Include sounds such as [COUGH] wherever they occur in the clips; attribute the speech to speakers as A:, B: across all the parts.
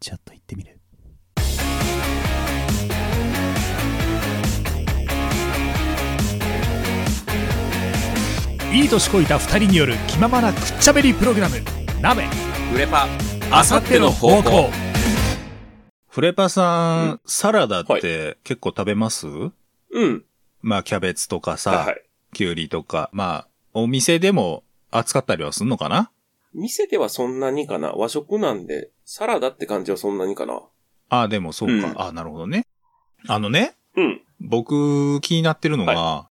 A: ちょっと行ってみるいい年こいた2人による気ままなくっちゃべりプログラム「鍋
B: フレパ
A: あさっての方向」
C: フレパさん、
B: う
C: サラダって結構食べます、
B: うん。
C: まあ、キャベツとかさ、
B: はいはい。
C: キュウリとか、まあ、お店でも扱ったりはすんのかな
B: 店ではそんなにかな。和食なんで、サラダって感じはそんなにかな。
C: ああ、でもそうか。
B: うん
C: ああ、なるほどね。あのね、
B: うん。
C: 僕気になってるのが、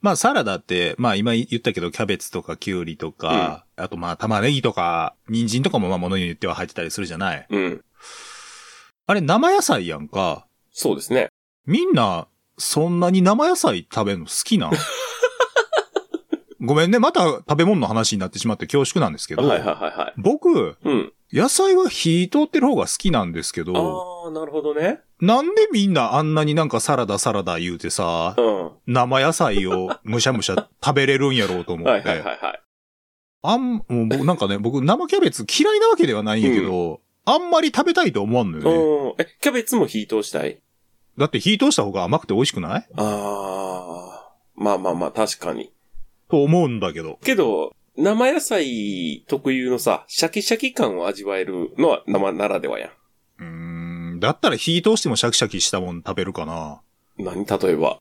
C: まあ、サラダって、まあ、今言ったけど、キャベツとかキュウリとか、あとまあ、玉ねぎとか、人参とかもまあ、物によっては入ってたりするじゃない
B: うん。
C: あれ、生野菜やんか。
B: そうですね。
C: みんな、そんなに生野菜食べるの好
B: [LAUGHS]
C: きなんごめんね、また食べ物の話になってしまって恐縮なんですけど、
B: はいはいはいはい。
C: 僕、
B: うん。
C: 野菜は火通ってる方が好きなんですけど、
B: ああ、なるほどね。
C: なんでみんなあんなになんかサラダサラダ言うてさ
B: う、ん。は
C: 生野菜をむしゃむしゃ食べれるんやろうと思
B: い
C: って。
B: はいはいは
C: あん、もう僕なんかね、僕生キャベツ嫌いなわけではないんやけど、あんまり食べたいと思わんの
B: い。
C: よね。
B: うん。え、キャベツも火通したい
C: だって火通した方が甘くて美味しくない
B: ああ、まあまあまあ、確かに。
C: と思うんだけど。
B: けど、生野菜特有のさ、シャキシャキ感を味わえるのは生ならではや
C: うーん、だったら火通してもシャキシャキしたもん食べるかな。
B: ん。何例えば。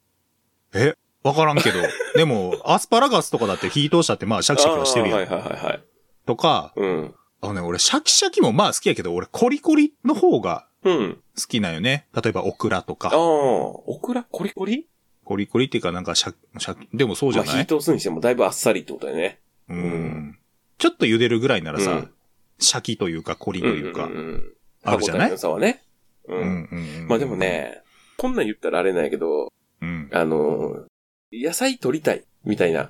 C: えわからん
B: [LAUGHS]
C: けど。でも、アスパラガスとかだって火通したってまあシャキシャキはしてるやん。
B: あーはいはいはいはい。
C: とか、
B: うん。
C: あのね、俺、シャキシャキもまあ好きやけど、俺、コリコリの方が
B: うん。
C: 好きなんよね。例えば、オクラと
B: ああ、
C: か。
B: オクラコリコリ
C: コリコリっていうか、なんか、シャキ、シャキ、でもそうじ
B: まあ、
C: ゃな
B: 火
C: い、
B: 通すにしてもだいぶあっさりってことだよね。
C: う。
B: うん
C: ちょっと茹でるぐらいならさ、
B: うん
C: シャキというか、コリと
B: うん
C: いうか、
B: んん
C: あるじゃな
B: 歯応えの
C: い
B: 良さはね。
C: う
B: うんん。
C: うんうん
B: まあでも。ね、こんなん言ったらあれなんやけど、
C: うん。
B: あのー、野菜取りたい、みたいな。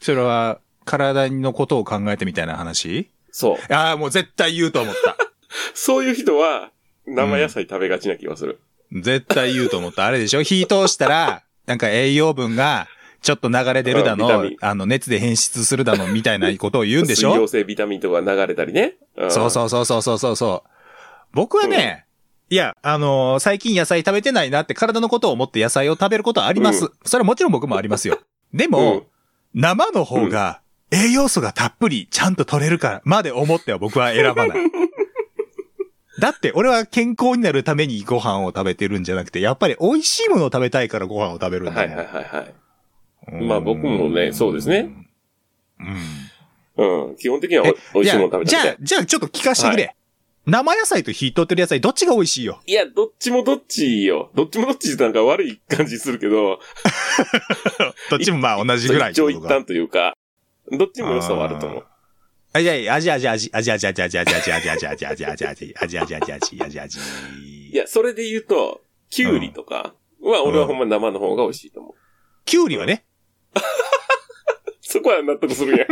C: それは、体のことを考えてみたいな話
B: そう。
C: ああ、もう絶対言うと思った。
B: そういう人は、生野菜食べがちな気がする。
C: 絶対言うと思った。あれでしょ火通したら、なんか栄養分が、ちょっと流れ出るだ
B: うんビタ
C: の
B: ミン、
C: あの、熱で変質するだの、みたいなことを言うんでしょ
B: 水溶性ビタミンとか流れたりね。ん
C: そうそうそうそうそうそうそう。僕はね、いや、あのー最近野菜食べてないなって体のことを思って野菜を食べることはあります。
B: う
C: それはもちろん僕もありますよ。で
B: う
C: も、
B: ん
C: 生の方が栄養素がたっぷりちゃんと取れるからまで思っては僕は選ばない。だって俺は健康になるためにご飯を食べてるんじゃなくて、やっぱり美味しいものを食べたいからご飯を食べるんだ
B: はい
C: もん
B: はいはいはい。
C: うん
B: まあ僕もねそうですね。
C: うん。
B: うん。基本的にはお美味しいもの食べ
C: じ
B: た
C: ゃ
B: く
C: あ
B: て、。
C: じゃあ、ちょっと聞かしてくれ。生野菜と火通ってる野菜、どっちが美味しいよ。
B: いや、どっちもどっちよ。どっちもどっちなんか悪い感じするけど、
C: どっちもまあ同じぐらい
B: 一
C: って
B: 長
C: こ
B: 一
C: とか。
B: 短というか、どっちも良さはあると思う。
C: あ、じゃあ、味味味味味味味味味味味味味味味味味味味味味味味
B: いや、それで言うと、キュウリとかは、俺はほんま生の方が美味しいと思う。
C: キュウリはね、
B: そこは納得するや
C: [LAUGHS]
B: ん。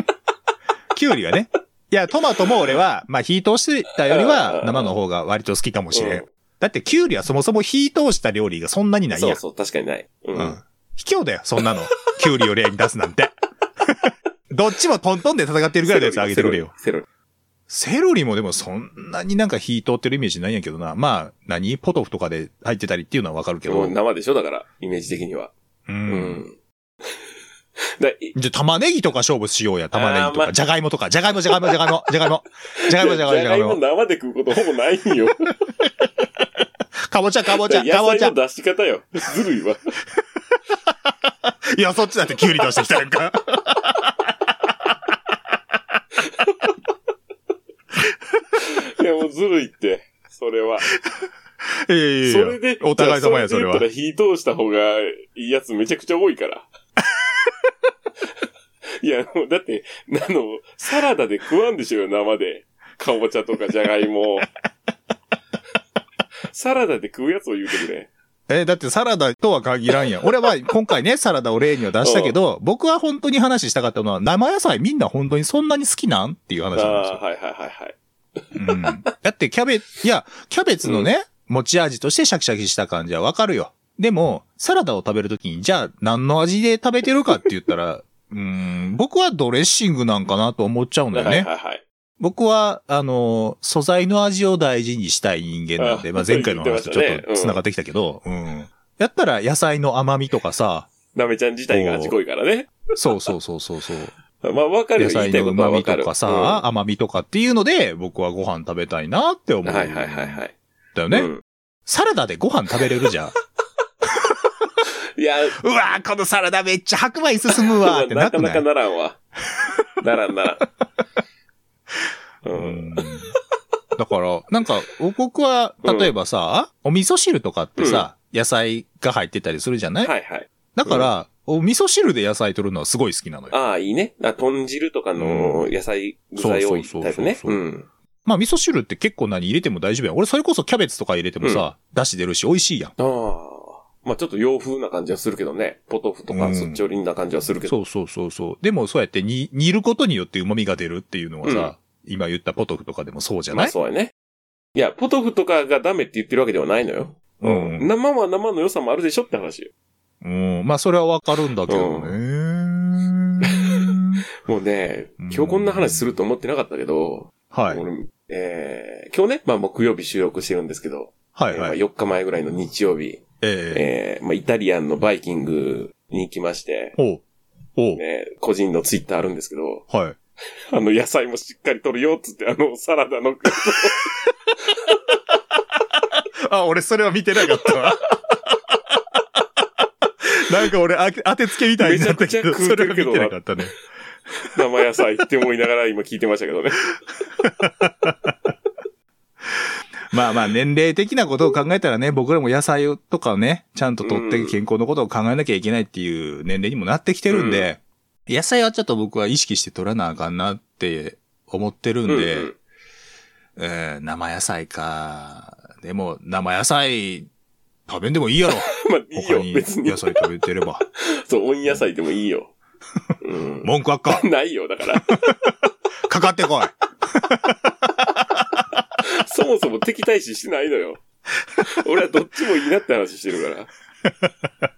C: キュウリはね。いや、トマトも俺は、まあ火通してたよりは生の方が割と好きかもしれん。だってキュウリはそもそも火通した料理がそんなに
B: うん
C: ない
B: そ
C: や。
B: うんそう、確かにない。うん。
C: うん。卑怯だよ、
B: [LAUGHS]
C: そんなの。キュウリを例に出すなんて。 [LAUGHS] どっちもトントンで戦ってるぐらいのやつあげてくれよ。
B: セロリ。
C: セロリもでもそんなになんか火通ってるイメージないんやけどな。まあ、何ポトフとかで入ってたりっていうのはわかるけ
B: セロリも
C: ど。
B: う生でしょだから、イメージ的には。
C: う。
B: うんん。だい
C: じゃ、玉ねぎとか勝負しようや。玉ねぎ
B: あー
C: と
B: まあ
C: か。じゃがいもとか。じゃがいも、じゃがいも、じゃがいも、じゃがいも。じゃがいも、じゃがいも、じゃがい
B: も
C: も。
B: 生で食うことほぼないん
C: [LAUGHS]
B: よ。
C: かぼちゃ、かぼちゃ、
B: 野
C: かぼ
B: 菜
C: ちゃ
B: の。出し方よ。ずるいわ。
C: [LAUGHS] いや、そっちだってキュウリ出してきたやんか。
B: いや、もうずるいって。それは。
C: [LAUGHS] いやい
B: そ
C: や
B: れ
C: いや
B: で。、
C: お互い様や、それは
B: じゃあ。それで言ったら火通した方がいいやつめちゃくちゃ多い
C: [LAUGHS]
B: から。いや、もうだって、あの、サラダで食わんでしょよ、生で。かぼちゃとかじゃがいも。サラダで食うやつを言うてくれ。
C: え、だってサラダとは限らんやん。俺 [LAUGHS] は今回ね、サラダを例には出したけど、僕は本当に話したかったのは、生野菜みんな本当にそんなに好きなんっていう
B: あ
C: 話なんですよ
B: あ。ー、はいはいはいはい。
C: うんだってキャベ、いや、キャベツのね、持ち味としてシャキシャキした感じはわかるよ。でも、サラダを食べるときに、じゃあ何の味で食べて [LAUGHS] るかって言ったら、うーん、僕はドレッシングなんかなと思っちゃうんだよ
B: はい
C: ね。
B: はいはい。
C: 僕は、あの、素材の味を大事にしたい人間なんで、
B: あ
C: まあ、前回の話とち
B: 言っ
C: ょってと
B: ましたねうん
C: 繋がってきたけど、うん。やったら野菜の甘みとかさ、
B: なめちゃん自体が味濃いからね。
C: そうそうそうそうそう。
B: ま [LAUGHS] あ、わかる
C: 野
B: よ。言
C: 菜
B: いたい
C: の
B: ことは
C: 旨
B: わ
C: 味
B: か
C: と
B: る。
C: かさ、甘みとかっていうので、僕はご飯食べたいなって
B: う
C: 思
B: ん
C: う。
B: はいはいはいはい。
C: だよね。
B: うん
C: サラダでご飯食べれ
B: [LAUGHS]
C: るじゃん。
B: いや、
C: うわーこのサラダめっちゃ白米進むわーってな
B: なか
C: くな
B: ないかならんわ。ならんならん。う。
C: [LAUGHS] うんんだから、なんか、僕は、例えばさ、お味噌汁とかってさ、野菜が入ってたりするじゃない、
B: はいはい。
C: だから、お味噌汁で野菜取るのはすごい好きなのよ。
B: ああ、いいね。あ豚汁とかの野菜、具材多いタイプね。
C: そうそうそうそう
B: うん。
C: まあ、味噌汁って結構何入れても大丈夫やん。俺、それこそキャベツとか入れてもさ、出汁出るし、美味しいやん。
B: ああ。まあちょっと洋風な感じはするけどね。ポトフと
C: う
B: か
C: ん
B: そっち寄りな感じはするけど。
C: そうそうそうそう。でも、そうやって煮煮ることによって旨味が出るっていうのはさ、今言ったポトフとかでもそうじゃ
B: ま
C: な
B: あ
C: い、
B: そうやね。いや、ポトフとかがダメって言ってるわけではないのよ。
C: うん
B: 生は生の良さもあるでしょって話よ。
C: うん。まあ、それはわかるんだけどね。
B: もうね、
C: うん
B: 今日こんな話すると思ってなかったけど、
C: はい。
B: 俺えー今日ね、まあ木曜日収録してるんですけど、 [LAUGHS]
C: はいはい。
B: えーまあ4日前ぐらいの日曜日、
C: ええ
B: えーまあイタリアンのバイキングに行きまして、
C: おう。おう。
B: ね、個人のツイッターあるんですけど、
C: はい。
B: あの野菜もしっかり取るよっつって、あのサラダの、
C: [LAUGHS] あ、俺それは見てなかった [LAUGHS] わ。なんか俺あ当てつけみたいになったけど、
B: めちゃくちゃ食
C: そ
B: て
C: うれ
B: る
C: は
B: けど
C: 見てなかったね。
B: 生野菜って思いながら今聞いてましたけどね。
C: まあまあ年齢的なことを考えたらね、僕らも野菜とかをね、ちゃんと取って
B: うん
C: 健康のことを考えなきゃいけないっていう年齢にもなってきてるんで、野菜はちょっと僕は意識して取らなあかんなって思ってるんで、
B: うんうん
C: えー生野菜か。でも生野菜食べんで [LAUGHS] もいいやろ。
B: まあいい
C: 他
B: よ、
C: に
B: 別に
C: 野。菜食べてれば。
B: そう、温野菜でもいいよ。うん。
C: 文句あっか。
B: ないよ、だから。 [LAUGHS]
C: かかってこい。
B: そもそも敵対視しないのよ。俺はどっちもいいなって話してるから。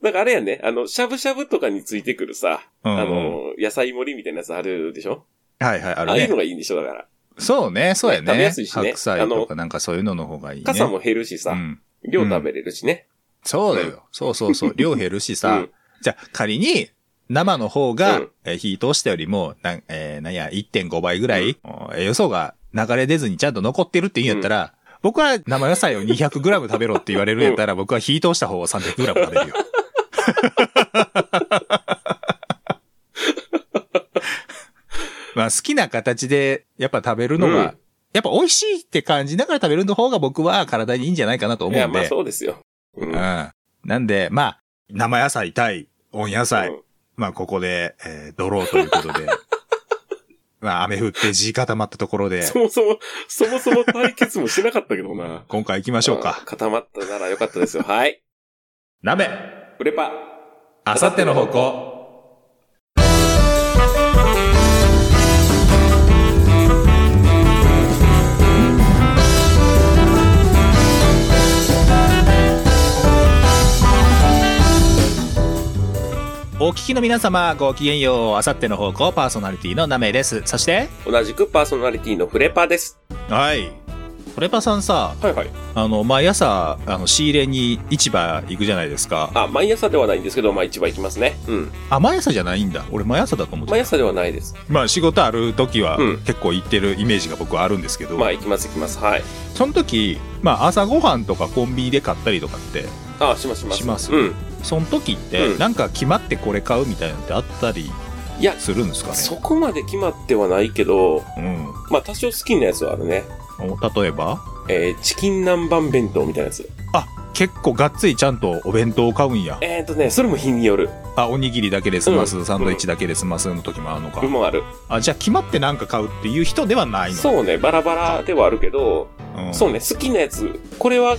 B: [LAUGHS] なんかあれやね、あの、しゃぶしゃぶとかについてくるさ、
C: うんうん
B: あの、野菜盛りみたいなやつあるでしょ
C: [LAUGHS] はいはい、あ
B: あ,、
C: る
B: あいう
C: ね
B: の。がいいんでしょだから。
C: そうね、そうやね。
B: 食べやすいしね
C: 白菜とかなんかそういうのの方がいいね。
B: 傘も減るし
C: う
B: さ、
C: ん。
B: 量食べれるしね。
C: そうだよ。そうそ
B: [LAUGHS]
C: うそう。量減るしさ。
B: うん
C: じゃあ、仮に、生の方が、
B: うん
C: えー火通したよりも、なん、えーなんや、1.5倍ぐら
B: う
C: い、えー予想が流れ出ずにちゃんと残ってるって言うんやったら、僕は生野菜を 200g 食べろって言われるんやったら、僕は火通した方を 300g 食べ
B: [LAUGHS]
C: るよ。まあ好きな形でやっぱ食べるのが、
B: うん
C: やっぱ美味しいって感じながら食べるの方が僕は体にいいんじゃないかなと思うん
B: い
C: で。
B: や、まあそうですよ。うん。
C: うん。なんで、まあ、生野菜対温野菜。
B: うん
C: まあ、ここで、えードローということ
B: [LAUGHS]
C: で。まあ、雨降って地固まったところで。
B: そ、もそも、そもそも対決もしてなかったけどな
C: 今回行きましょう
B: うん
C: か。
B: 固まったならよかったですよ。はい。
C: 鍋、
B: フレパ。
C: あさっての方向。お聞きの皆様、ごきげんよう。あさっての方向、パーソナリティのナメです。そして、
B: 同じくパーソナリティのフレパです。
C: はい。トレパさんさ、
B: はいはい。
C: あの、毎朝、あの、仕入れに市場行くじゃないですか。
B: あ、毎朝ではないんですけど、まあ市場行きますね。うん。
C: あ、毎朝じゃないんだ。俺毎朝だと思ってた
B: 毎朝ではないです。
C: まあ仕事ある時は
B: うん
C: 結構行ってるイメージが僕はあるんですけど、
B: まあ行きます行きます。はい。
C: その時、まあ朝ごはんとかコンビニで買ったりとかって、
B: あ、しますします。
C: します
B: うん。
C: その時って
B: うん
C: なんか決まってこれ買うみたいなのってあったり
B: いや、
C: するんですかね
B: そこまで決まってはないけど、
C: うん
B: まあ多少好きなやつはあるね。
C: お。例えば
B: えー、チキン南蛮弁当みたいなやつ。
C: 結構がっつりちゃんとお弁当を買うんや。
B: えーとね、それも日による。
C: あ、おにぎりだけで済ます、
B: うん
C: サンドイッチだけで済ますの時もあるのか。
B: 部もある。
C: あ、じゃあ決まってなんか買うっていう人ではないの
B: そうね、バラバラではあるけど、
C: うん。
B: そうね、好きなやつ、これは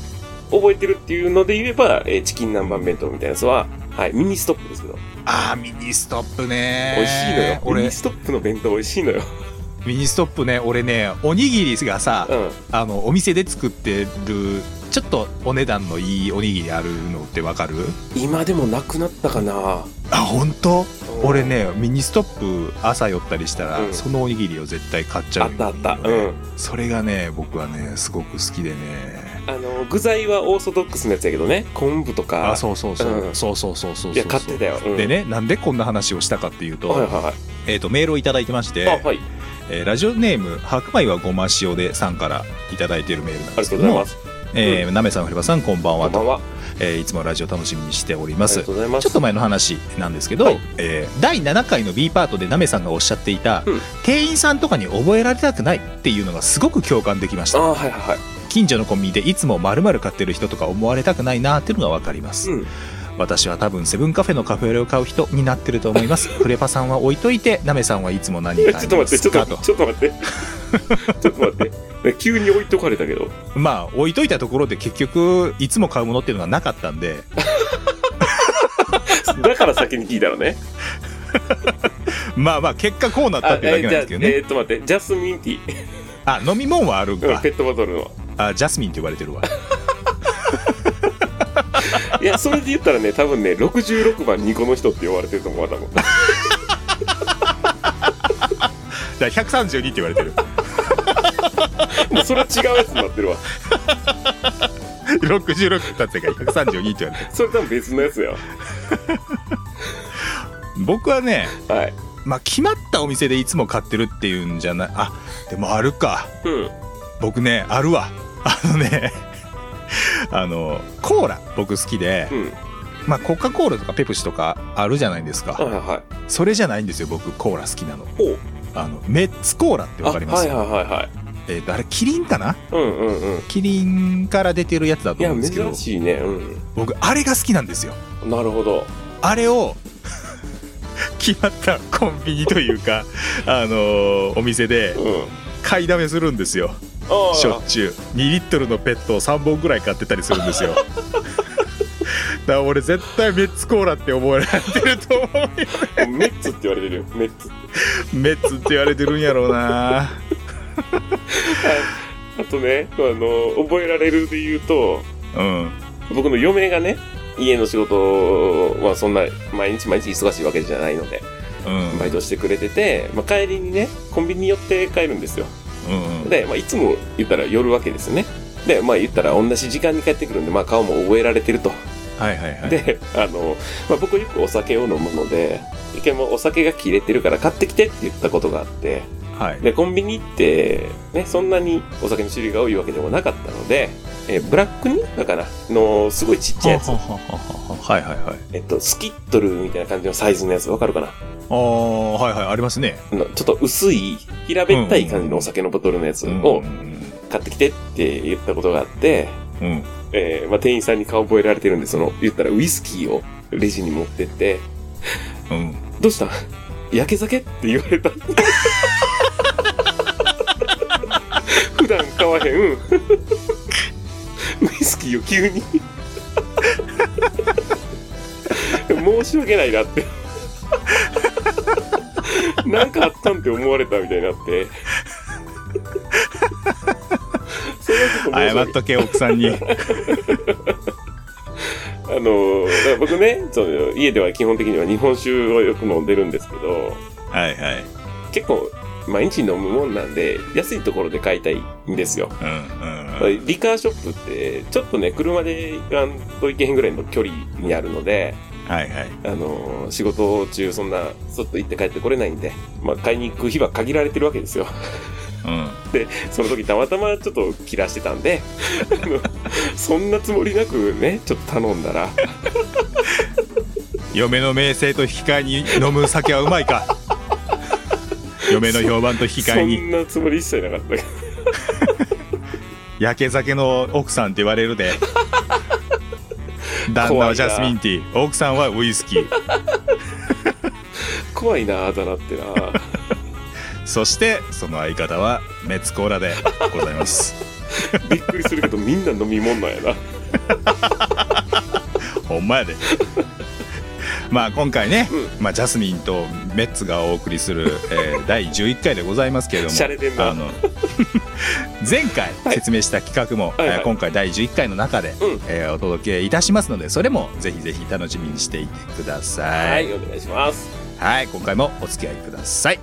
B: 覚えてるっていうので言えば、えーチキン南蛮弁当みたいなやつは、はい、ミニストップですけど、
C: あー、ミニストップね。
B: 美味しいのよ。ミ
C: 俺
B: ニ、ストップの弁当美味しいのよ。
C: ミニストップね、俺ね、おにぎりがさ、
B: うん。
C: あの、お店で作ってるちょっとお値段のいいおにぎりあるのってわかる
B: 今でもなくなったかな
C: あ、本当
B: うん
C: 俺ね、ミニストップ朝寄ったりしたら、
B: うん
C: そのおにぎりを絶対買っちゃ
B: あ
C: う
B: っ
C: よ
B: たあった
C: ね
B: うん
C: それがね、僕はね、すごく好きでね。
B: あの具材はオーソドックスなやつやけどね昆布とか
C: あ、そうそうそう。
B: うん
C: そうそうそうそうそう。
B: や買ってたよ、うん
C: でね、なんでこんな話をしたかっていうと、
B: はいはいはい、
C: えっ、と、メールをいただいてまして、
B: あはい
C: えーラジオネーム、白米はごま塩でさんからいただいているメールな
B: あ
C: んで
B: りが
C: す
B: とう
C: け
B: ご
C: ど
B: ざい
C: も
B: ま、す
C: えーなめさん、ふればさん、こんばん
B: こ
C: は
B: んば
C: と
B: んはあ
C: えーいつもラジオ楽しみにしておりま
B: り
C: す
B: が。とうございま
C: ちょ
B: す
C: っと前の話なんですけど、
B: はい
C: えー第7回の B パートでナメさんがおっしゃっていた、
B: うん
C: 店員さんとかに覚えられたくないっていうのがすごく共感できまし
B: あ
C: た
B: はいはいはい
C: 近所のコンビニでいつも丸々買ってる人とか思われたくないなーっていうのが分かります、
B: うん
C: 私は多分セブンカフェのカフェオレを買う人になってると思
B: [LAUGHS]
C: いますフレパさんは置いといてナメさんはいつも何
B: い
C: 買い
B: や
C: ま
B: ちょっ
C: す
B: と待ってちょっとち
C: か
B: ょっと待ってちょっと
C: [LAUGHS]
B: 待って急に置いとかれたけど
C: とまあ置いといたところで結局いつも買うものっていうのがなかったんで [LAUGHS]
B: だから先に聞いたのね
C: まあまあ結果こうなった
B: あ
C: ってだ
B: え
C: け
B: ー
C: なん
B: じゃ
C: で
B: あ
C: す
B: え
C: けどね
B: ーっと待ってジャスミンティー
C: あ飲み物はあるん
B: うん
C: か
B: ペットボトルの
C: あジャスミンって呼ばれてるわ
B: いやそれで言ったらね多分ね66番ニコの人って呼ばれてると思うわ
C: [LAUGHS]
B: 多分
C: だから132って言わ
B: [LAUGHS]
C: れてる
B: もうそれは違うやつになってるわ
C: 66だってから132って言われてる
B: それ多分別のやつやわ
C: 僕はね
B: はい
C: まあ決まったお店でいつも買ってるっていうんじゃないあでもあるか
B: うん
C: 僕ねあるわ [LAUGHS] あのね [LAUGHS] あのコーラ僕好きで、
B: うん
C: まあコカ・コーラとかペプシとかあるじゃないです
B: はい
C: か
B: はいはい
C: それじゃないんですよ僕コーラ好きなの
B: ほう
C: あのメッツコーラってわかります、
B: あはいはいはいはい
C: えーとあれキリンかな
B: うんうんうん
C: キリンから出てるやつだ
B: い
C: と
B: や
C: 思うんですけど
B: 珍しいねう
C: 僕あれが好きなんですよ
B: んなるほど
C: あれを [LAUGHS] 決まったコンビニとい
B: [LAUGHS]
C: うか、あのーお店で
B: うん
C: 買いだめするんですよ
B: ああ
C: しょっちゅう2リットルのペットを3本ぐらい買ってたりする
B: [LAUGHS]
C: んですよだから俺絶対メッツコーラって覚えられてると思う
B: [LAUGHS]
C: よ
B: メッツって言われてるよメッツって
C: メッツって言われてるんやろうな
B: あとねあの覚えられるで言うと
C: うん
B: 僕の嫁がね家の仕事はそんな毎日毎日忙しいわけじゃないので
C: うん
B: バイトしてくれてて、まあ、帰りにねコンビニに寄って帰るんですよ
C: うん
B: で、まあ、いつも言ったら寄るわけですよねでまあ言ったら同じ時間に帰ってくるんで、まあ、顔も覚えられてると
C: はいはいはい
B: で、あの、まあ、僕よくお酒を飲むので、一回もうお酒が切れてるから買ってきてって言ったことがあって、
C: はい
B: で、コンビニ行って、ね、そんなにお酒の種類が多いわけでもなかったので、えーブラックニッカかなの、すごいちっちゃいやつ
C: は。はははははいはいはい
B: えっと、スキットルみたいな感じのサイズのやつ、わかるかな
C: ああはいはいありますね
B: あのちょっと薄い、平べったい感じのお酒のボトルのやつを
C: うん
B: 買ってきてって言ったことがあって、
C: うん
B: えーまあ、店員さんに顔覚えられてるんで、その、言ったらウイスキーをレジに持ってって、
C: うん
B: どうした焼け酒って言われた。普段買わへん。ウイスキーを急に。申し訳ないなって。なんかあったんって思われたみたいになって。それはちょっと申し
C: 謝
B: 訳
C: っとけ奥さ
B: [LAUGHS]
C: んに
B: あの、だから僕ね、その家では基本的には日本酒をよく飲んでるんですけど、
C: はいはい
B: 結構毎日飲むもんなんで安いところで買いたいんですよ、
C: うんうん
B: リカーショップってちょっとね車で行かんといけへんぐらいの距離にあるので
C: はいはい
B: あのー仕事中そんなちょっと行って帰ってこれないんで、まあ、買いに行く日は限られてるわけですよ [LAUGHS]
C: うん
B: その時たまたまちょっと切らしてたんで [LAUGHS] あのそんなつもりなくねちょっと頼んだら
C: 嫁の名声と引き換えに飲む酒はうま
B: [LAUGHS]
C: いか嫁の評判と引き換え
B: そ
C: に
B: んなつもり一切なかった [LAUGHS] けど
C: 焼け酒の奥さんって言われるで
B: [LAUGHS]
C: 旦那はジャスミンティー奥さんはウイスキー
B: 怖いなあだなってな
C: そしてその相方はメッツコーラでございます
B: びっくりするけどみんな飲み物なんやな
C: ほんまやで [LAUGHS] まあ今回ね、
B: う
C: まあ、ジャスミンとメッツがお送りする、えー第11回でございますけれども
B: 洒落てんな
C: あの [LAUGHS] 前回説明した企画も、
B: はいはい
C: えー今回第11回の中で、
B: うん
C: えーお届けいたしますのでそれもぜひぜひ楽しみにしていてくださ。
B: はいい、お願いします。
C: はい、今回もお付き合いください。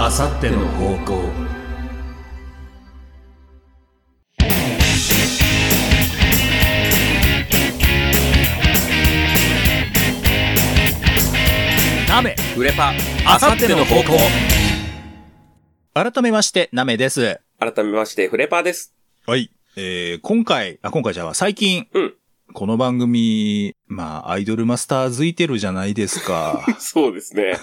C: あさっての方向。
A: ダメ
B: ウレパ、
C: あさっての方向。改めまして、ナメです。
B: 改めまして、フレパーです。
C: はい。えー、今回、あ、今回じゃあ、最近、
B: うん
C: この番組、まあ、アイドルマスター付いてるじゃないですか。
B: [LAUGHS] そうですね。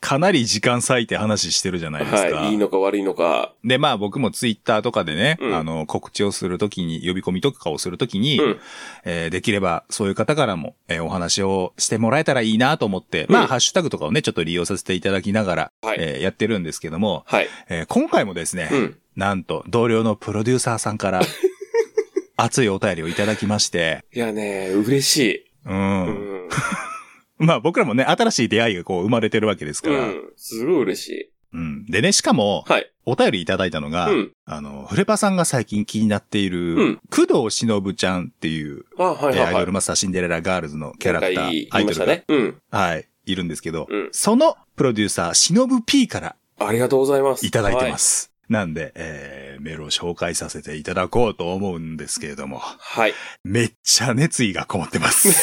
C: かなり時間割いて話してるじゃないですか。
B: はい、いいのか悪いのか。
C: で、まあ僕もツイッターとかでね、
B: うん
C: あの、告知をするときに、呼び込みとかをするときに、
B: うん
C: えーできればそういう方からも、えーお話をしてもらえたらいいなと思って、
B: うん
C: まあハッシュタグとかをね、ちょっと利用させていただきながら、
B: はい
C: えーやってるんですけども、
B: はい。
C: えー今回もですね、
B: うん。
C: なんと同僚のプロデューサーさんから
B: [LAUGHS]
C: 熱いお便りをいただきまして、
B: いやね、嬉しい。
C: う
B: う
C: ん。
B: ん。
C: まあ僕らもね、新しい出会いがこう生まれてるわけですか
B: う
C: ら、
B: ん。すごい嬉しい。
C: うんでね、しかも、
B: はい。
C: お便りいただいたのが、
B: うん
C: あの、フレパさんが最近気になっている、
B: うん
C: 工藤忍ちゃんっていう、
B: あ、はい
C: えー
B: は
C: ア
B: いは
C: イド
B: い
C: ル。マスターシンデレラガールズのキャラクタ
B: 仲
C: ー、
B: いい
C: ア
B: 言
C: イ
B: い
C: ド
B: まし
C: ルが、
B: たね。うん。
C: はい、いるんですけど、
B: うん
C: そのプロデューサー、忍 P から
B: ありがとうございます。。
C: いただいてますす。なんで、えーメールを紹介させていただこうと思うんですけれども、
B: はい。
C: めっちゃ熱意がこもっ
B: [LAUGHS]
C: てます。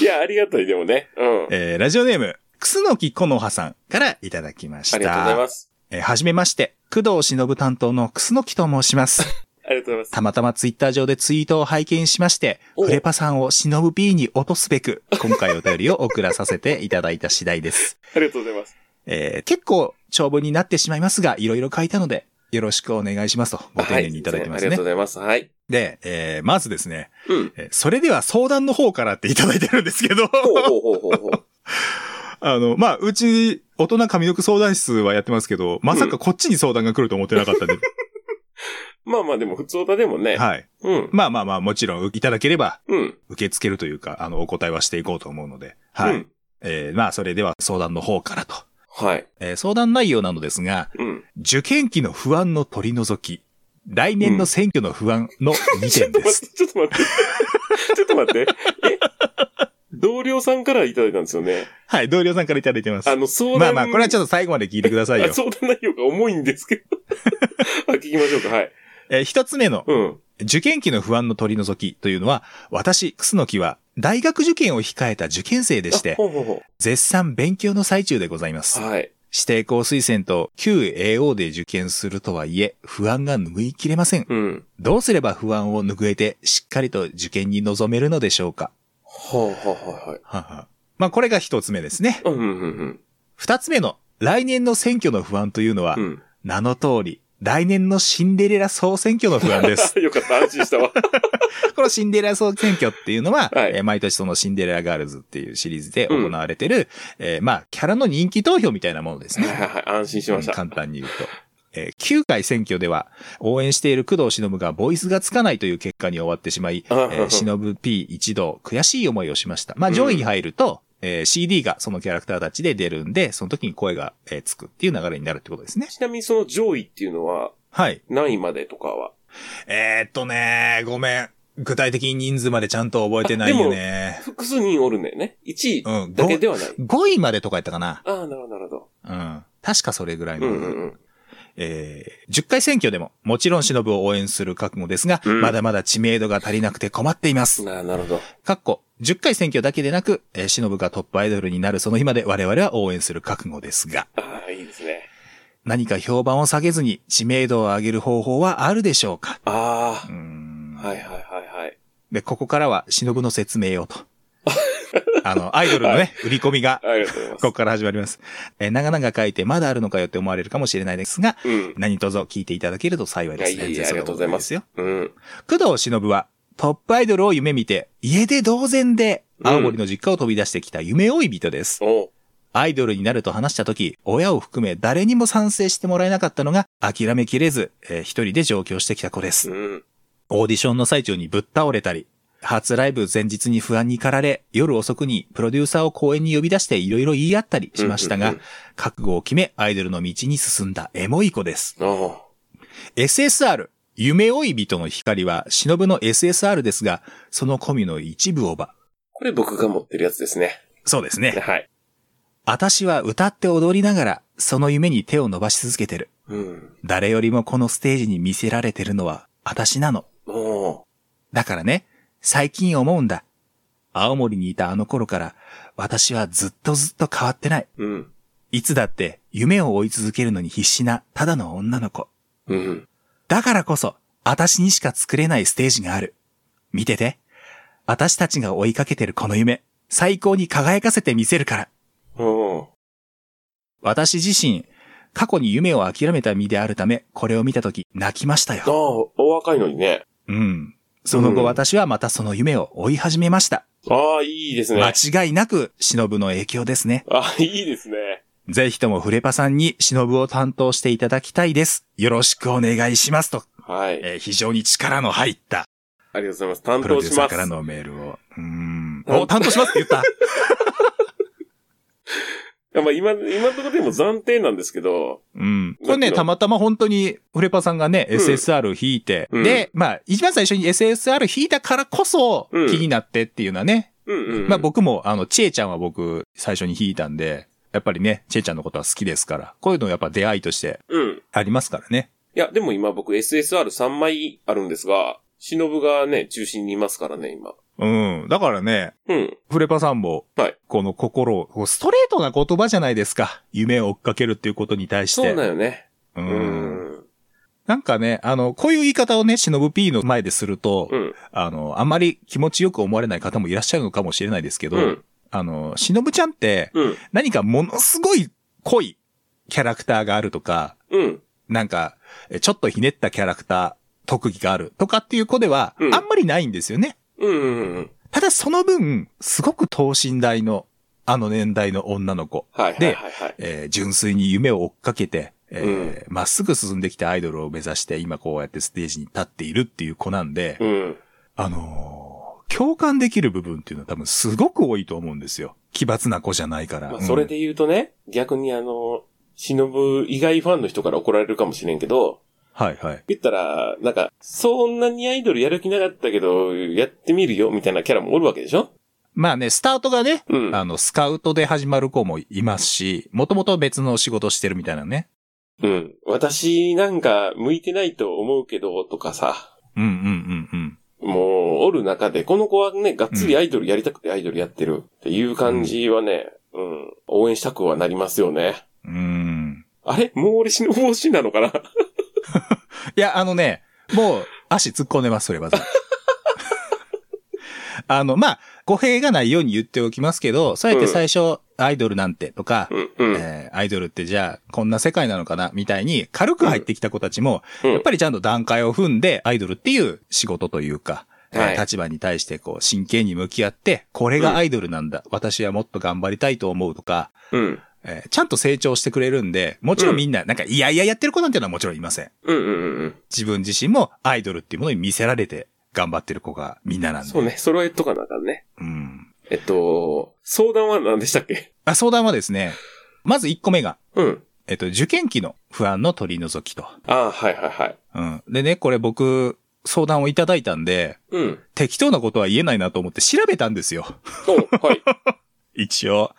B: いや、ありがたい、でもね。うん。
C: えーラジオネーム、くすのきこのはさんからいただきました。
B: ありがとうございます。
C: えーはじめまして、工藤忍担当のくすのきと申します。
B: ありがとうございます。
C: たまたまツイッター上でツイートを拝見しまして、
B: お
C: フレパさんを忍ぶ B に落とすべく、今回お便りを送らさせていただいた次第です。
B: ありがとうございます。
C: えー結構長文になってしまいますが、いろいろ書いたので、よろしくお願いしますと、ご丁寧にいただきま
B: はい
C: すね。
B: すいせんありがとうございます。はい。
C: で、えーまずですね、
B: うん。
C: えーそれでは相談の方からっていただいてるんですけど、
B: ほうほうほうほうほう。
C: [LAUGHS] あの、まあ、うち、大人上の句相談室はやってますけど、まさかこっちに相談が来ると思ってなかったんで、
B: [LAUGHS] まあまあ、でも、普通だでもね。
C: はい。
B: うん。
C: まあまあまあ、もちろんいただければ
B: うん。
C: 受け付けるというか、あの、お答えはしていこうと思うので、は
B: う
C: い。
B: ん。
C: えーまあ、それでは相談の方からと。
B: はい。
C: えー相談内容なのですが、
B: うん。
C: 受験期の不安の取り除き、来年の選挙の不安の2点
B: ちょっと
C: で
B: 待
C: す。
B: って、 [LAUGHS] ちょっと待って。ちょっと待って。え同僚さんからいただいたんですよね。
C: はい、同僚さん [LAUGHS] からいただいてます
B: あ。の、相談。
C: まあまあ、これはち
B: ょっ
C: ょっと最後まで聞いてくださいよ。
B: 相談内容が重いんですけど。 [LAUGHS] あ、聞きましょうか。はい。
C: えー一つ目の、
B: うん。
C: 受験期の不安の取り除きというのは、私、楠木は、大学受験を控えた受験生でし
B: あ
C: て、
B: ほうほうほ
C: 絶賛勉強の最中でございます
B: う。。はい。
C: 指定校推薦と旧 AO で受験するとはいえ、不安が拭いきれません。
B: うん。
C: どうすれば不安を拭えて、しっかりと受験に臨めるのでしょうか
B: ほうほうほうはい。
C: ははまあ、これが一つ目ですね。
B: うん、うん、うん
C: 二つ目の、来年の選挙の不安というのは、
B: うん。うん。 [LAUGHS]
C: 名の通り、来年のシンデレラ総選挙の不安
B: [LAUGHS]
C: です。
B: あよかった、安心
C: [LAUGHS]
B: したわ。
C: このシンデレラ総選挙っていうのは、
B: はい
C: えー毎年そのシンデレラガールズっていうシリーズで行われてる、えーまあ、キャラの人気投票みたいなものです
B: はい
C: ね。
B: はいはい、安心しまし
C: うん
B: た。
C: 簡単に言うと。えー9回選挙では、応援している工藤忍がボイスがつかないという結果に終わってしまい、
B: あ
C: え
B: は
C: ー
B: は
C: 忍 P 一同悔しい思いをしました。まあ
B: うん
C: 上位に入ると、えー CD がそのキャラクターたちで出るんで、その時に声が、えーつくっていう流れになるってことですね。
B: ちなみにその上位っていうのは
C: はい。
B: 何位までとかは
C: えーっとねごめん。具体的に人数までちゃんと覚えてないよね。
B: 複数人おるんだよね。1位
C: うん。
B: だけ
C: 5
B: ではない。
C: 位までとかやったかな。
B: ああ、なるほど、なるほど。
C: うん。確かそれぐらいの。
B: うんうんうん。
C: えー10回選挙でも、もちろん忍を応援する覚悟ですが、
B: うん
C: まだまだ知名度が足りなくて困っています。
B: ななるほど。
C: かっこ、10回選挙だけでなく、えー忍がトップアイドルになるその日まで我々は応援する覚悟ですが、
B: ああ、いいですね。
C: 何か評判を下げずに知名度を上げる方法はあるでしょうか
B: あ
C: うーん
B: あ、はいはいはいはい。
C: で、ここからは忍の説明
B: [LAUGHS]
C: をと。あの、アイドルのね、
B: はい
C: 売り込みが、
B: ありがとうございま
C: ここから始まります。えー長々書いてまだあるのかよって思われるかもしれないですが、
B: す。うん。
C: 何卒聞いていただけると幸いです。
B: いやいやいやありがとうございます
C: よ。
B: うん。
C: 工藤忍は、トップアイドルを夢見て、家出同然で、青森の実家を飛び出してきた夢追い人です。
B: おう
C: アイドルになると話した時、親を含め誰にも賛成してもらえなかったのが諦めきれず、えー一人で上京してきた子です。
B: うん。
C: オーディションの最中にぶっ倒れたり、初ライブ前日に不安に駆られ、夜遅くにプロデューサーを公演に呼び出していろいろ言い合ったりしましたが、
B: うんうん
C: 覚悟を決めアイドルの道に進んだエモい子です。
B: うん。あ
C: SSR、夢追い人の光は、忍の SSR ですが、その込みの一部をば。
B: これ僕が持ってるやつですね。
C: そうですね。
B: はい。
C: 私は歌って踊りながら、その夢に手を伸ばし続けてる。
B: うん。
C: 誰よりもこのステージに見せられてるのは、私なの。
B: も
C: だからね、最近思うんだ。青森にいたあの頃から、私はずっとずっと変わってない。
B: う。うん。
C: いつだって、夢を追い続けるのに必死な、ただの女の子。
B: うん。
C: だからこそ、私にしか作れないステージがある。見てて。私たちが追いかけてるこの夢、最高に輝かせてみせるから。
B: うん。
C: 私自身、過去に夢を諦めた身であるため、これを見たとき泣きました
B: ああ、
C: よ。
B: お若いのにね。
C: うん。その
B: う
C: 後
B: ん
C: 私はまたその夢を追い始めました。
B: ああ、いいですね。
C: 間違いなく、忍の影響ですね。
B: ああ、いいですね。
C: ぜひともフレパさんに忍を担当していただきたいです。よろしくお願いしますと、
B: はい。
C: えー非常に力の入った
B: ありがとうございます。担
C: プロ
B: 当
C: デュー
B: し
C: サー
B: ま
C: か
B: す。
C: らのメールを。うー
B: うん
C: ん。お、担当しますって言った
B: いやまあ、今、今のところでも暫定なんですけど、
C: うん。 [LAUGHS] これね、たまたま本当に、フレパさんがね、
B: ん
C: SSR 引いて、
B: うん
C: で、まあ、一番最初に SSR 引いたからこそ、
B: うん
C: 気になってっていうのはね、
B: うんうん。
C: まあ僕も、あの、ちえちゃんは僕、最初に引いたんで、やっぱりね、ちえちゃんのことは好きですから、こういうのやっぱ出会いとして
B: うん。
C: ありますからね。
B: いや、でも今僕 SSR3 枚あるんですが、忍がね、中心にいますからね、今。
C: うん。だからね、
B: うん。
C: フレパさんも、
B: はい
C: この心を、こうストレートな言葉じゃないですか。夢を追っかけるっていうことに対して。
B: そうなんよね。う
C: う。
B: んん。し
C: なんかね、あの、こういう言い方をね、忍ぶ P の前ですると、
B: うん
C: あの、あんまり気持ちよく思われない方もいらっしゃるのかもしれないですけど、
B: うん。
C: あの、忍ちゃんって、
B: うん。
C: 何かものすごい濃いキャラクターがあるとか、
B: うん。
C: なんか、えちょっとひねったキャラクター、特技があるとかっていう子では、
B: うん
C: あんまりないんですよね。
B: うんうんうん。
C: ただその分、すごく等身大の、あの年代の女の子、
B: はいはいはいはい。
C: えー純粋に夢を追っかけて、えーまっすぐ進んできたアイドルを目指して、今こうやってステージに立っているっていう子なんで、
B: うん。
C: あのー共感できる部分っていうのは多分すごく多いと思うんですよ。奇抜な子じゃないから。
B: ま
C: う
B: あ、
C: ん
B: それで言うとね、逆にあの、忍以外ファンの人から怒られるかもしれんけど、
C: はいはい。
B: 言ったら、なんか、そんなにアイドルやる気なかったけど、やってみるよ、みたいなキャラもおるわけでしょ
C: まあね、スタートがね、
B: うん。
C: あの、スカウトで始まる子もいますし、もともと別の仕事してるみたいなね。
B: うん。私なんか向いてないと思うけど、とかさ、
C: うんうんうんうん。
B: もう、おる中で、この子はね、がっつりアイドルやりたくてアイドルやってるっていう感じはね、うん、応援したくはなりますよね。
C: うーん。
B: あれもう俺死ぬ方針なのかない
C: や、あのね、もう足突っ込んでます、それは。 [LAUGHS] あの、まあ、語弊がないように言っておきますけど、そうやって最初、アイドルなんてとか、
B: うん、うん。
C: えーアイドルってじゃあ、こんな世界なのかな、みたいに、軽く入ってきた子たちも、
B: うん
C: やっぱりちゃんと段階を踏んで、アイドルっていう仕事というか、えー
B: はい
C: 立場に対してこう、真剣に向き合って、これがアイドルなんだ。私はもっと頑張りたいと思うとか、
B: うん。
C: えーちゃんと成長してくれるんで、もちろんみんな、なんか、いやいややってる子なんていうのはもちろんいません。
B: うん、うん、うんうん。
C: 自分自身もアイドルっていうものに見せられて、頑張ってる子がみんななんで。
B: そうね、揃えとかなあかんね。
C: うん。
B: えっと、相談は何でしたっけ
C: あ、相談はですね、まず1個目が、
B: うん。
C: えっと、受験期の不安の取り除きと。
B: ああ、はいはいはい。
C: うん。でね、これ僕、相談をいただいたんで、
B: うん。
C: 適当なことは言えないなと思って調べたんですよ。 [LAUGHS]
B: お、はい。
C: 一応。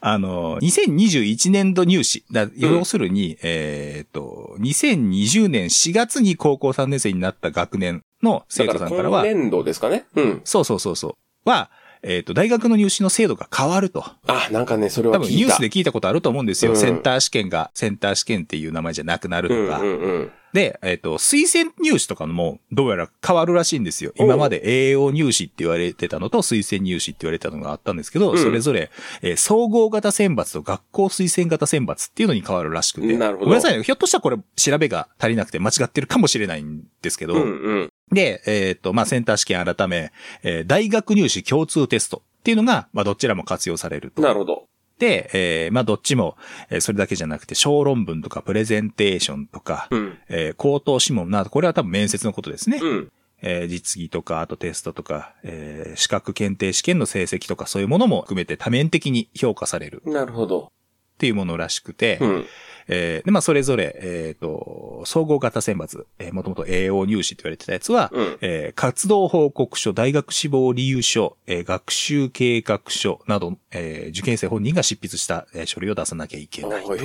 C: あの、2021年度入試。だ要するに、えーっと、2020年4月に高校3年生になった学年の生
B: だか
C: 徒さ
B: ら
C: んから
B: 今
C: は、
B: 年度ですかねうん。
C: そうそうそうそう。は、えーっと、大学の入試の制度が変わると。
B: あ、なんかね、それ
C: 多
B: は
C: 分
B: 聞
C: ニ
B: い
C: ュー
B: た。
C: スで聞いたことあると思うんですよ。
B: うん
C: センター試験が、センター試験っていう名前じゃなくなるとか。
B: うんうんうん。
C: で、えっ、と、推薦入試とかのも、どうやら変わるらしいんですよ。今まで栄養入試って言われてたのと、推薦入試って言われてたのがあったんですけど、
B: うん
C: それぞれ、えー総合型選抜と学校推薦型選抜っていうのに変わるらしくて。
B: なるほど
C: ごめんなさいね。ひょっとしたらこれ、調べが足りなくて間違ってるかもしれないんですけど。
B: うんうん。
C: で、えっ、と、まあ、センター試験改め、えー大学入試共通テストっていうのが、まあ、どちらも活用されると。
B: なるほど。
C: て、えーまあどっちも、えーそれだけじゃなくて小論文とかプレゼンテーションとか、
B: うん。
C: えー口頭諮問など、これは多分面接のことですね。
B: うん。
C: えー実技とか、あとテストとか、えー資格検定試験の成績とかそういうものも含めて多面的に評価されるっ
B: なるほど。
C: ていうものらしくて、
B: うん。
C: えーで、まあそれぞれ、えっ、と、総合型選抜、えー、もともと AO 入試って言われてたやつは、
B: うん。
C: えー活動報告書、大学志望理由書、えー学習計画書など、えー受験生本人が執筆した、えー書類を出さなきゃいけないと。
B: あへ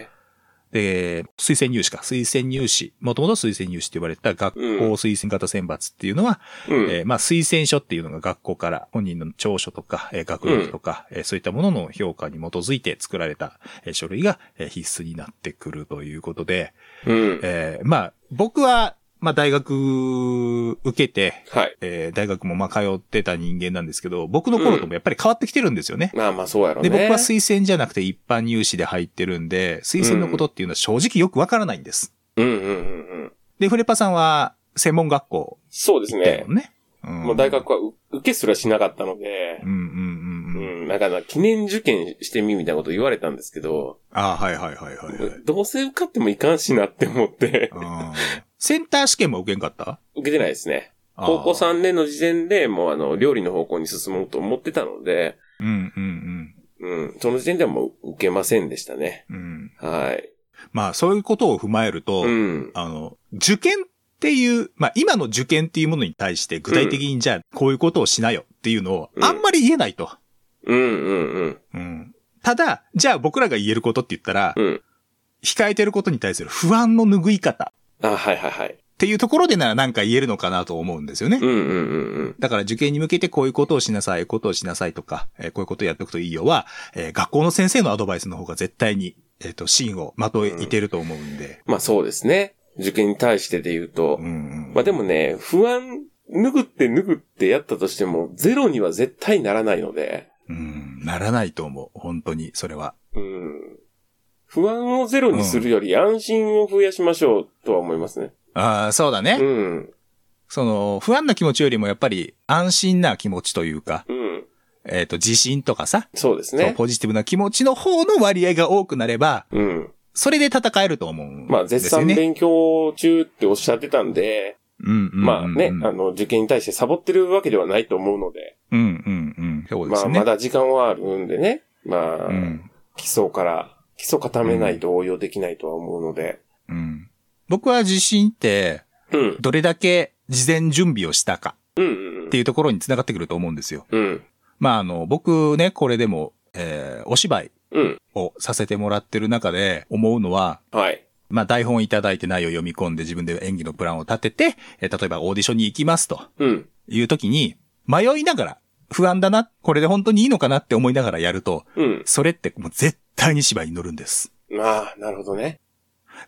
B: え。
C: で、推薦入試か。推薦入試。もともと推薦入試って言われてた学校推薦型選抜っていうのは、
B: うん。
C: えーまあ、推薦書っていうのが学校から本人の長所とか、えー学力とか、えーそういったものの評価に基づいて作られた、えー書類が、えー必須になってくるということで、
B: うん。
C: えーまあ、僕は、まあ、大学受けて、
B: はい。
C: えー大学もまあ、通ってた人間なんですけど、僕の頃ともやっぱり変わってきてるんですよね。
B: まあまあ、そうやろね。
C: で、僕は推薦じゃなくて一般入試で入ってるんで、推薦のことっていうのは正直よくわからないんです。
B: うんうんうんうん。
C: で、フレパさんは専門学校
B: そうです
C: 行った
B: ね
C: よ。ね。うん
B: もう大。学はう受けすらしなかったので
C: う、んうんうん
B: う
C: うん。
B: ん、なんかな、記念受験してみみたいなこと言われたんですけど、
C: ああ、はいはいはいはいはい。
B: どうせ受かってもいかんしなって思って、
C: あーセンター試験も受けんかった
B: 受けてないですね。高校
C: ん。
B: 3年の時点でもうあの、料理の方向に進もうと思ってたので、
C: うんうん
B: うん、その時点ではもう受けませんでしたね。
C: うん。うん、
B: はい。
C: まあ、そういうことを踏まえると、
B: うん。
C: あの、受験っていう、まあ、今の受験っていうものに対して、具体的にじゃあ、こういうことをしなよっていうのを、
B: うん
C: あんまり言えないと。
B: うんうんうん。
C: うん。ただ、じゃあ僕らが言えることって言ったら、
B: うん。
C: 控えてることに対する不安の拭い方
B: あ、はいはいはい。
C: っていうところでならなんか言えるのかなと思うんですよね。
B: うんうんうんうん。
C: だから受験に向けてこういうことをしなさい、こういうことをしなさいとか、えーこういうことをやっておくといいよは、えー学校の先生のアドバイスの方が絶対に、えっ、と、芯をまといてると思うんで。
B: まあそうですね。受験に対してで言うと
C: う、ん、うん。
B: まあでもね、不安、ぬぐってぬぐってやったとしても、ゼロには絶対ならないので、
C: うん、ならないと思う。本当に、それは。
B: うん。不安をゼロにするより安心を増やしましょうとは思いますね。
C: ああ、そうだね。
B: うん。
C: その、不安な気持ちよりもやっぱり安心な気持ちというか、
B: うん。
C: えっ、と、自信とかさ、
B: そうです
C: そう
B: ね。
C: ポジティブな気持ちの方の割合が多くなれば、
B: うん。
C: それで戦えると思うんですよね。
B: まあ絶賛勉強中っておっしゃってたんで、
C: うんうんうんうん。
B: まあね、あの、受験に対してサボってるわけではないと思うので、
C: うんうんうん。そうで
B: ますあ
C: ね。
B: まだ時間はあるんでね、まあ、
C: うん。
B: 基礎から、基礎固めないと応用できないとは思うので、
C: うん。僕は自信って、
B: うん。
C: どれだけ事前準備をしたか
B: うんうんうん
C: っていうところに繋がってくると思うんですよ。
B: うん。
C: まあ、あの、僕ね、これでも、えーお芝居
B: うん。
C: をさせてもらってる中で思うのは、
B: はい。
C: まあ、台本いただいて内容を読み込んで自分で演技のプランを立てて、えー例えばオーディションに行きますと
B: うん。
C: いう時に、迷いながら、不安だな、これで本当にいいのかなって思いながらやると、
B: うん。
C: それってもう絶対に芝居に乗るんです。
B: まあ、なるほどね。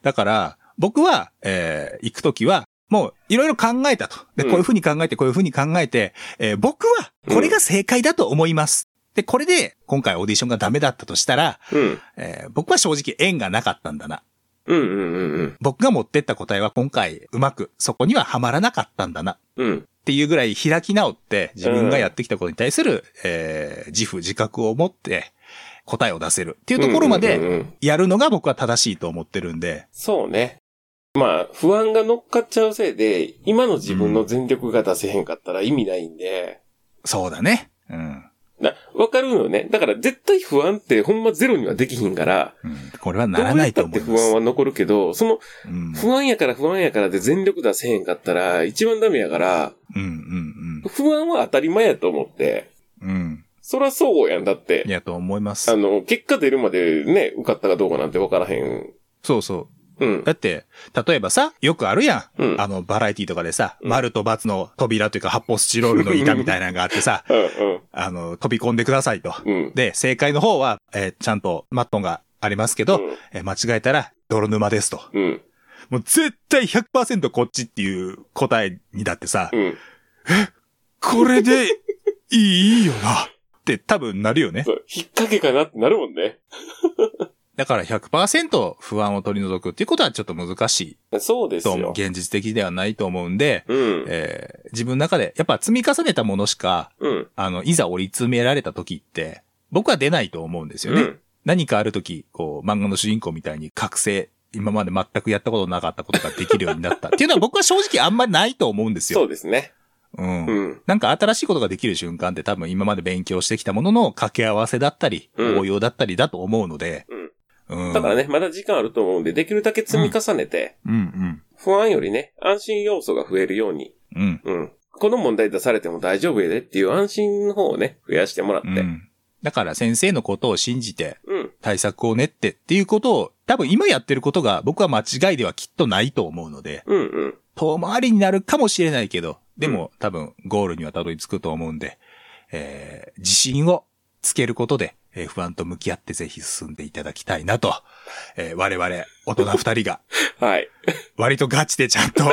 C: だから、僕は、えー行くときは、もう、いろいろ考えたと。で、
B: うん
C: こういうふうに考えて、こういうふうに考えて、えー僕は、これが正解だと思います。で、これで、今回オーディションがダメだったとしたら、
B: うん。
C: えー僕は正直縁がなかったんだな。
B: うんうんうん
C: 僕が持ってった答えは今回うまく、そこにははまらなかったんだな。っ
B: うん。うん。
C: ていうぐらい開き直って、自分がやってきたことに対する、えー自負、自覚を持って、答えを出せるっていうところま
B: うんう
C: で、
B: んうんうん
C: やるのが僕は正しいと思ってるんで、
B: そうね。まあ、不安が乗っかっちゃうせいで、今の自分の全力が出せへんかったら意味ないんで、
C: そうだね。うん。
B: な、わかるのよね。だから絶対不安ってほんまゼロにはできひんから、
C: うんこれは
B: ど
C: な
B: う
C: ら
B: や
C: な
B: っ
C: い
B: た
C: と
B: っ
C: 思
B: て
C: い
B: 不
C: ま
B: 安
C: す。
B: は残るけど、その
C: うん
B: 不安やから不安やからで全力出せへんかったら、一番ダメやから、
C: うん
B: 不安は当たり前やと思って、
C: うんうん。うん。
B: そらそうやんだって
C: い。や、と思いま
B: あ
C: す。
B: の、結果出るまでね、受かったかどうかなんて分からへん。
C: そうそうう。
B: ん。
C: だって、例えばさ、よくあるやん。
B: うん
C: あの、バラエティとかでさ、
B: うん、
C: 丸と×の扉というか発泡スチロールの板みたいなのがあって
B: [LAUGHS]
C: さ
B: うん
C: あの、飛び込んでくださいと。
B: うん。うん。
C: で、正解の方は、えーちゃんとマットンがありますけど、
B: うん
C: えー間違えたら、泥沼ですと。
B: うん。
C: もう絶対100%こっちっていう答えにだってさ、
B: うん。
C: これでいいよなって多分なるよね。
B: そう、引っ掛けかなってなるもんね。
C: だから100%不安を取り除くっていうことはちょっと難し
B: そうで
C: い
B: す
C: と思う。
B: よ。
C: 現実的ではないと思うんで、
B: うん。
C: えー自分の中でやっぱ積み重ねたものしか、
B: うん。
C: あの、いざ追い詰められた時って、僕は出ないと思うんですよ
B: う
C: ね。
B: ん。
C: 何かある時、こう、漫画の主人公みたいに覚醒、今まで全くやったことなかったことができるようにな
B: [LAUGHS]
C: った。っていうのは僕は正直あんまりないと思うんです
B: そ
C: よ。
B: うですね。
C: うん。
B: うん。
C: なんか新しいことができる瞬間って多分今まで勉強してきたものの掛け合わせだったり、
B: うん
C: 応用だったりだと思うので。うん。
B: だからね、まだ時間あると思うんで、できるだけ積み重ねて、
C: うんうん。
B: 不安よりね、安心要素が増えるように、
C: うん。
B: うん。この問題出されても大丈夫やでっていう安心の方をね、増やしてもらって。
C: う
B: うん。
C: ん。だから先生のことを信じて、対策を練ってっていうことを、多分今やってることが僕は間違いではきっとないと思うので、
B: うんうん。
C: 遠回りになるかもしれないけど、でも多分ゴールにはたどり着くと思うんで、えー、自信をつけることで、えー不安と向き合ってぜひ進んでいただきたいなと、えー我々大人二
B: [LAUGHS]
C: 人が
B: はい。
C: 割とガチでちゃんと、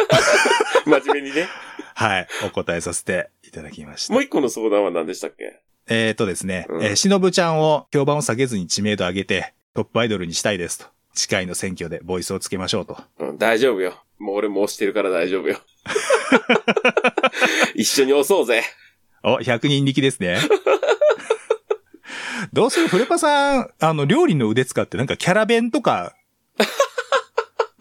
C: [LAUGHS]
B: 真面目にね。 [LAUGHS]
C: はい、お答えさせていただきました
B: も。う一個の相談は何でしたっけ
C: えー、とですね、
B: うん
C: えーしのぶちゃんを評判を下げずに知名度上げて、トップアイドルにしたいですと。次回の選挙でボイスをつけましょうと。
B: うん、大丈夫よ。もう俺も押してるから大丈夫よ。 [LAUGHS] 一緒に押そうぜ。
C: お、100人力ですね。 [LAUGHS] どうするフレパさん、あの、料理の腕使ってなんかキャラ弁とか、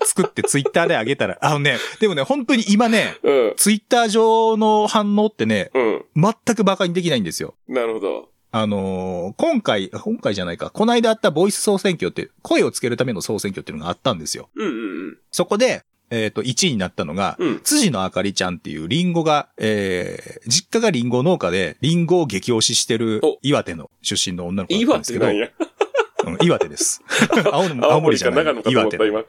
C: 作ってツイッターであげたら、あのね、でもね、本当に今ね、
B: うん。
C: ツイッター上の反応ってね、
B: うん。
C: 全く馬鹿にできないんですよ。
B: なるほど。
C: あのー今回、今回じゃないか、この間あったボイス総選挙って、声をつけるための総選挙っていうのがあったんですよ。
B: うんうん
C: そこで、えっ、と、1位になったのが、
B: うん。うん。
C: 辻野あかりちゃんっていうリンゴが、えー、実家がリンゴ農家で、リンゴを激推ししてる
B: お
C: 岩手の出身の女の子だったん
B: 岩
C: です
B: 手
C: けど、
B: なんや。
C: うん岩
B: [LAUGHS]
C: 手です。青森
B: 青
C: 青森
B: 森
C: じゃ
B: か
C: ない
B: 長野かと思
C: 岩
B: っ
C: 手
B: た
C: の
B: 今。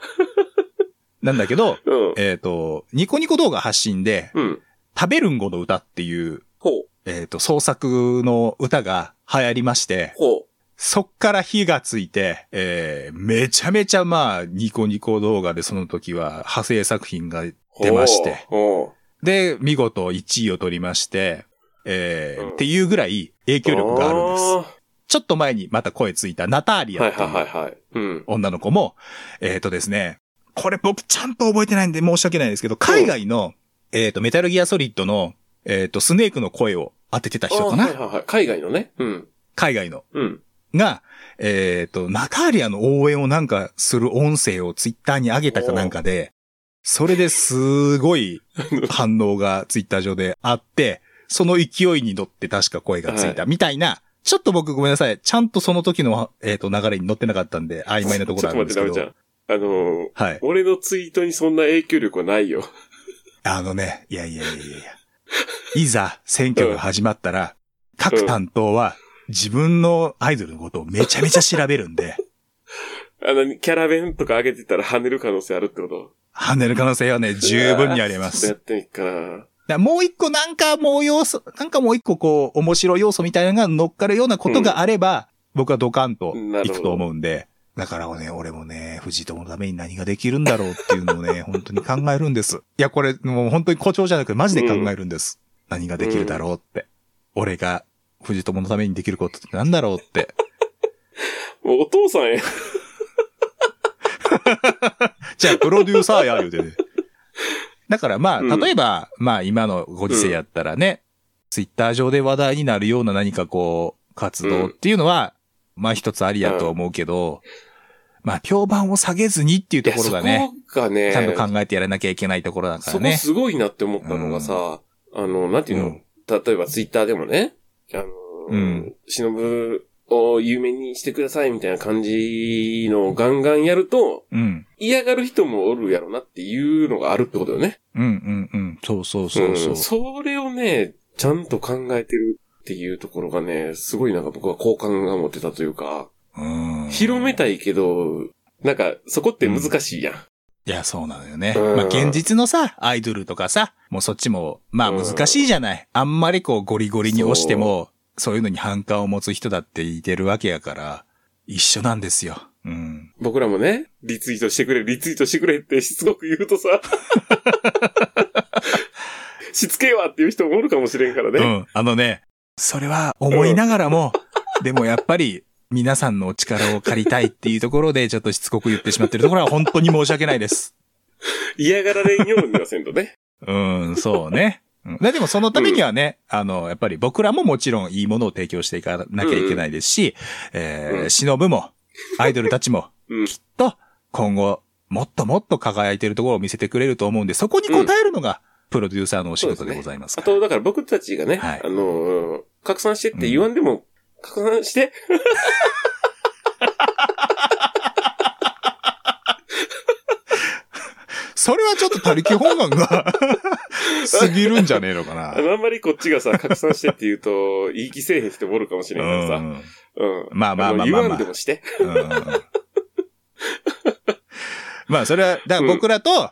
C: なんだけど、
B: うん。
C: えっ、と、ニコニコ動画発信で、
B: うん。
C: 食べるんごの歌っていう、
B: ほう。
C: えっ、と、創作の歌が流行りまして、
B: ほ
C: そっから火がついて、えー、めちゃめちゃまあ、ニコニコ動画でその時は派生作品が
B: う。
C: 出まして、
B: ほ
C: で、見事1位を取りまして、えー
B: うん
C: っていうぐらい影
B: う。
C: 響力があるんです。
B: あ
C: ちょっと前にまた声ついたナターリ
B: ーは
C: ア
B: い
C: って
B: はいいは
C: う
B: いはい。うん。
C: 女の子も、えっ、とですね、これ僕ちゃんと覚えてないんで申し訳ないですけど、海外の、えっ、と、メタルギアソリッドの、えっ、と、スネークの声を当ててた人か
B: あー
C: な
B: はいはいはい。海外のね。うん。
C: 海外の。
B: うん。
C: が、えっ、と、ナターリアの応援をなんかする音声をツイッターに上げたかなんかで、それですご
B: [LAUGHS]
C: い反応がツイッター上であって、その勢いに乗って確か声がついたみたいな、ちょっと僕ごめんなさい。ちゃんとその時の、えっ、と、流れに乗ってなかったんで、曖昧なところあるんですけ
B: ちょっ
C: ど。
B: と待って、ダメちゃん。あのー
C: はい。
B: 俺のツイートにそんな影響力はないよ。 [LAUGHS]
C: あのね、いやいやいやいやいや。いざ選挙が始まったら、各担当は自分のアイドルのことをめちゃめちゃ調べるんで、
B: あの、キャラ弁とか上げてたら跳ねる可能性あるってこと
C: 跳ねる可能性はね、十分にありま
B: ち
C: す
B: ょっ。とやってみっかな。
C: だからもう一個なんかもう要素、なんかもう一個こう、面白い要素みたいなのが乗っかるようなことがあれば、僕はドカンと
B: なるほ
C: 行
B: ど
C: くと思うんで、だからね、俺もね、藤井友のために何ができるんだろうっていうのをね、
B: [LAUGHS]
C: 本当に考えるんです。いや、これもう本当に誇張じゃなくてマジで考えるんです。何ができるだろうって。俺が藤井友のためにできることってなんだろうって。
B: もうお父さんや。
C: じゃあ、プロデューサ
B: [LAUGHS]
C: ーや、言うてね。だからまあ、
B: うん
C: 例えば、まあ今のご時世やったらね、ツイッター上で話題になるような何かこう、活動っていうのは、まあ一つありやと思うけど、まあ評判を下げずにっていうところが
B: いや
C: ね、。
B: そこがね、
C: ちゃんと考えてやらなきゃいけないところだか
B: そ
C: ら
B: こ
C: ね。
B: すごいなって思ったのがさ、あの、なんていうの、
C: うん
B: 例えばツイッターでもね、あの、
C: うん
B: 忍を有名にしてくださいみたいな感じのをガンガンやると、
C: うん。
B: 嫌がる人もおるやろなっていうのがあるってことよね。
C: うんうんうん。そうそうそうそう。
B: んそれをね、ちゃんと考えてるっていうところがね、すごいなんか僕は好感が持てたというか、
C: うん
B: 広めたいけど、なんか、そこって難しいやん。
C: いや、そうなのよね。
B: うん
C: まあ、現実のさ、アイドルとかさ、もうそっちも、まあ
B: うん
C: 難しいじゃない。あんまりこうゴリゴリに押しても、そういうのに反感を持つ人だっていてるわけやから、一緒なんですよ。うん。
B: 僕らもね、リツイートしてくれ、リツイートしてくれってしつこく言うとさ、
C: [LAUGHS]
B: しつけえわっていう人もおるかもしれんから
C: う
B: ね。
C: ん。あのね、それは思いなが
B: [LAUGHS]
C: らも、でもやっぱり、皆さんのお力を借りたいっていうところで、ちょっとしつこく言ってしまってるところは本当に申し訳ないです。
B: 嫌がられんようにはせんとね。
C: うん、そうね。うんででもそのためにはね、あの、やっぱり僕らももちろんいいものを提供していかなきゃいけないですし、え
B: う
C: ー、
B: ん
C: 忍ぶも、アイドルたちも、
B: [LAUGHS] うん
C: きっと、今後、もっともっと輝いてるところを見せてくれると思うんで、そこに応えるのが、プロデューサーのお仕事でございます
B: あ
C: から。
B: と、だから僕たちがね、
C: はい
B: あのうん、拡散してって言わんでも、拡散して。
C: それはちょっと他力本
B: [LAUGHS]
C: 願が、すぎるんじゃねえのかな
B: あ。のあんまりこっちがさ、拡散してって言うと、言い気せえへん人もおるかもしれんから
C: う
B: さ。
C: ん
B: うん。
C: まあまあま
B: の
C: あまあまあ
B: 言わんでもして。 [LAUGHS]
C: うんまあ、それは、だから僕らと、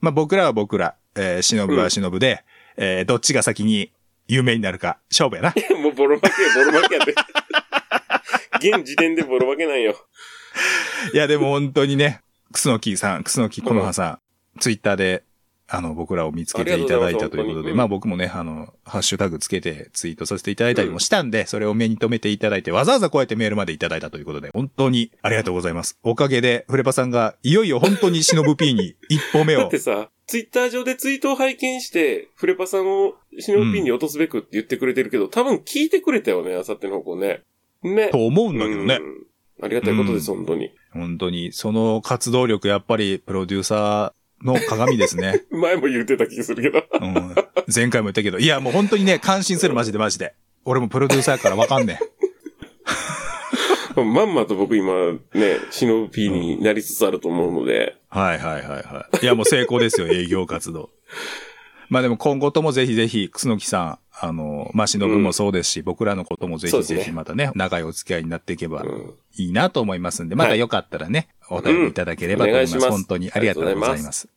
C: まあ僕らは僕ら、えー、忍ぶは忍で、えーどっちが先に有名になるか、勝負やな。
B: もうボロ負けや、ボロ負けや
C: [LAUGHS]
B: で。現時点でボロ負けなんよ。
C: いや、でも本当にね、クスノキーさん、クスノキーコノハさん、ツイッターで、あの、僕らを見つけていただいたということで、
B: ありがとうございます本当に
C: まあ僕もね、あの、ハッシュタグつけてツイートさせていただいたりもしたんで、それを目に留めていただいて、わざわざこうやってメールまでいただいたということで、本当にありがとうございます。おかげで、フレパさんが、いよいよ本当に忍ぶ P に一歩目
B: だ
C: を
B: っ。てさ、ツイッター上でツイートを拝見して、フレパさんをシノピンに落とすべくって言ってくれてるけど、多分聞いてくれたよね、あさっての方向ね。ね。
C: [LAUGHS] と思うんだけどね。
B: うんありがたいことです、本当に。
C: 本当に、その活動力、やっぱりプロデューサーの鏡ですね。
B: [LAUGHS] 前も言うてた気がするけど。 [LAUGHS]
C: うん。前回も言ったけど、いや、もう本当にね、感心する、マジでマジで。俺もプロデューサーやからわかんねえ。
B: まんまと僕今ね、シノピーになりつつあると思うので、
C: はいはいはいはい。いや、もう成功ですよ、営業活動。まあでも今後ともぜひぜひ、楠木さん、あの、まあ、忍もそうですし、僕らのこともぜ
B: そうです
C: ひぜ
B: ね
C: ひまたね、長いお付き合いになっていけば
B: うん
C: いいなと思いますんで、またよかったらね、お便りいただければと思います。
B: うんお願いします
C: 本当にありがとうござい
B: あ
C: ま
B: りがとうござ
C: す。
B: いま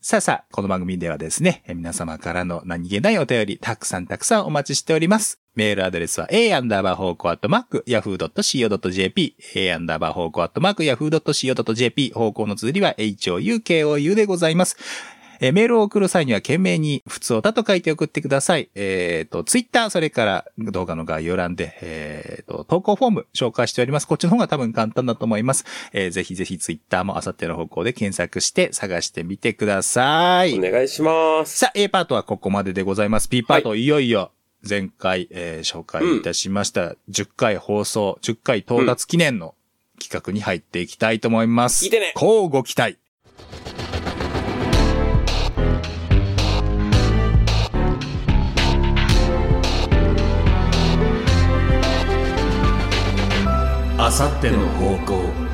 C: さあさあ、この番組ではですね、え皆様からの何気ないお便り、たくさんたくさんお待ちしております。メールアドレスは a アンダーバー方向アットマーク、yahoo.co.jp、a アンダーバー方向アットマーク、yahoo.co.jp、方向の綴りは houkou でございます。えーメールを送る際には懸命に、普通おたと書いて送ってください。えっ、と、ツイッター、それから動画の概要欄で、えっ、と、投稿フォーム紹介しております。こっちの方が多分簡単だと思います。えーぜひぜひツイッターもあさっての方向で検索して探してみてください。
B: お願いします。
C: さあ、A パートはここまででございます。B パート、い、よいよ前回、えー紹介いたしました、10回放送、10回到達記念の企画に入っていきたいと思います。
B: 聞いてね
C: 交互期待。
A: あさっての方向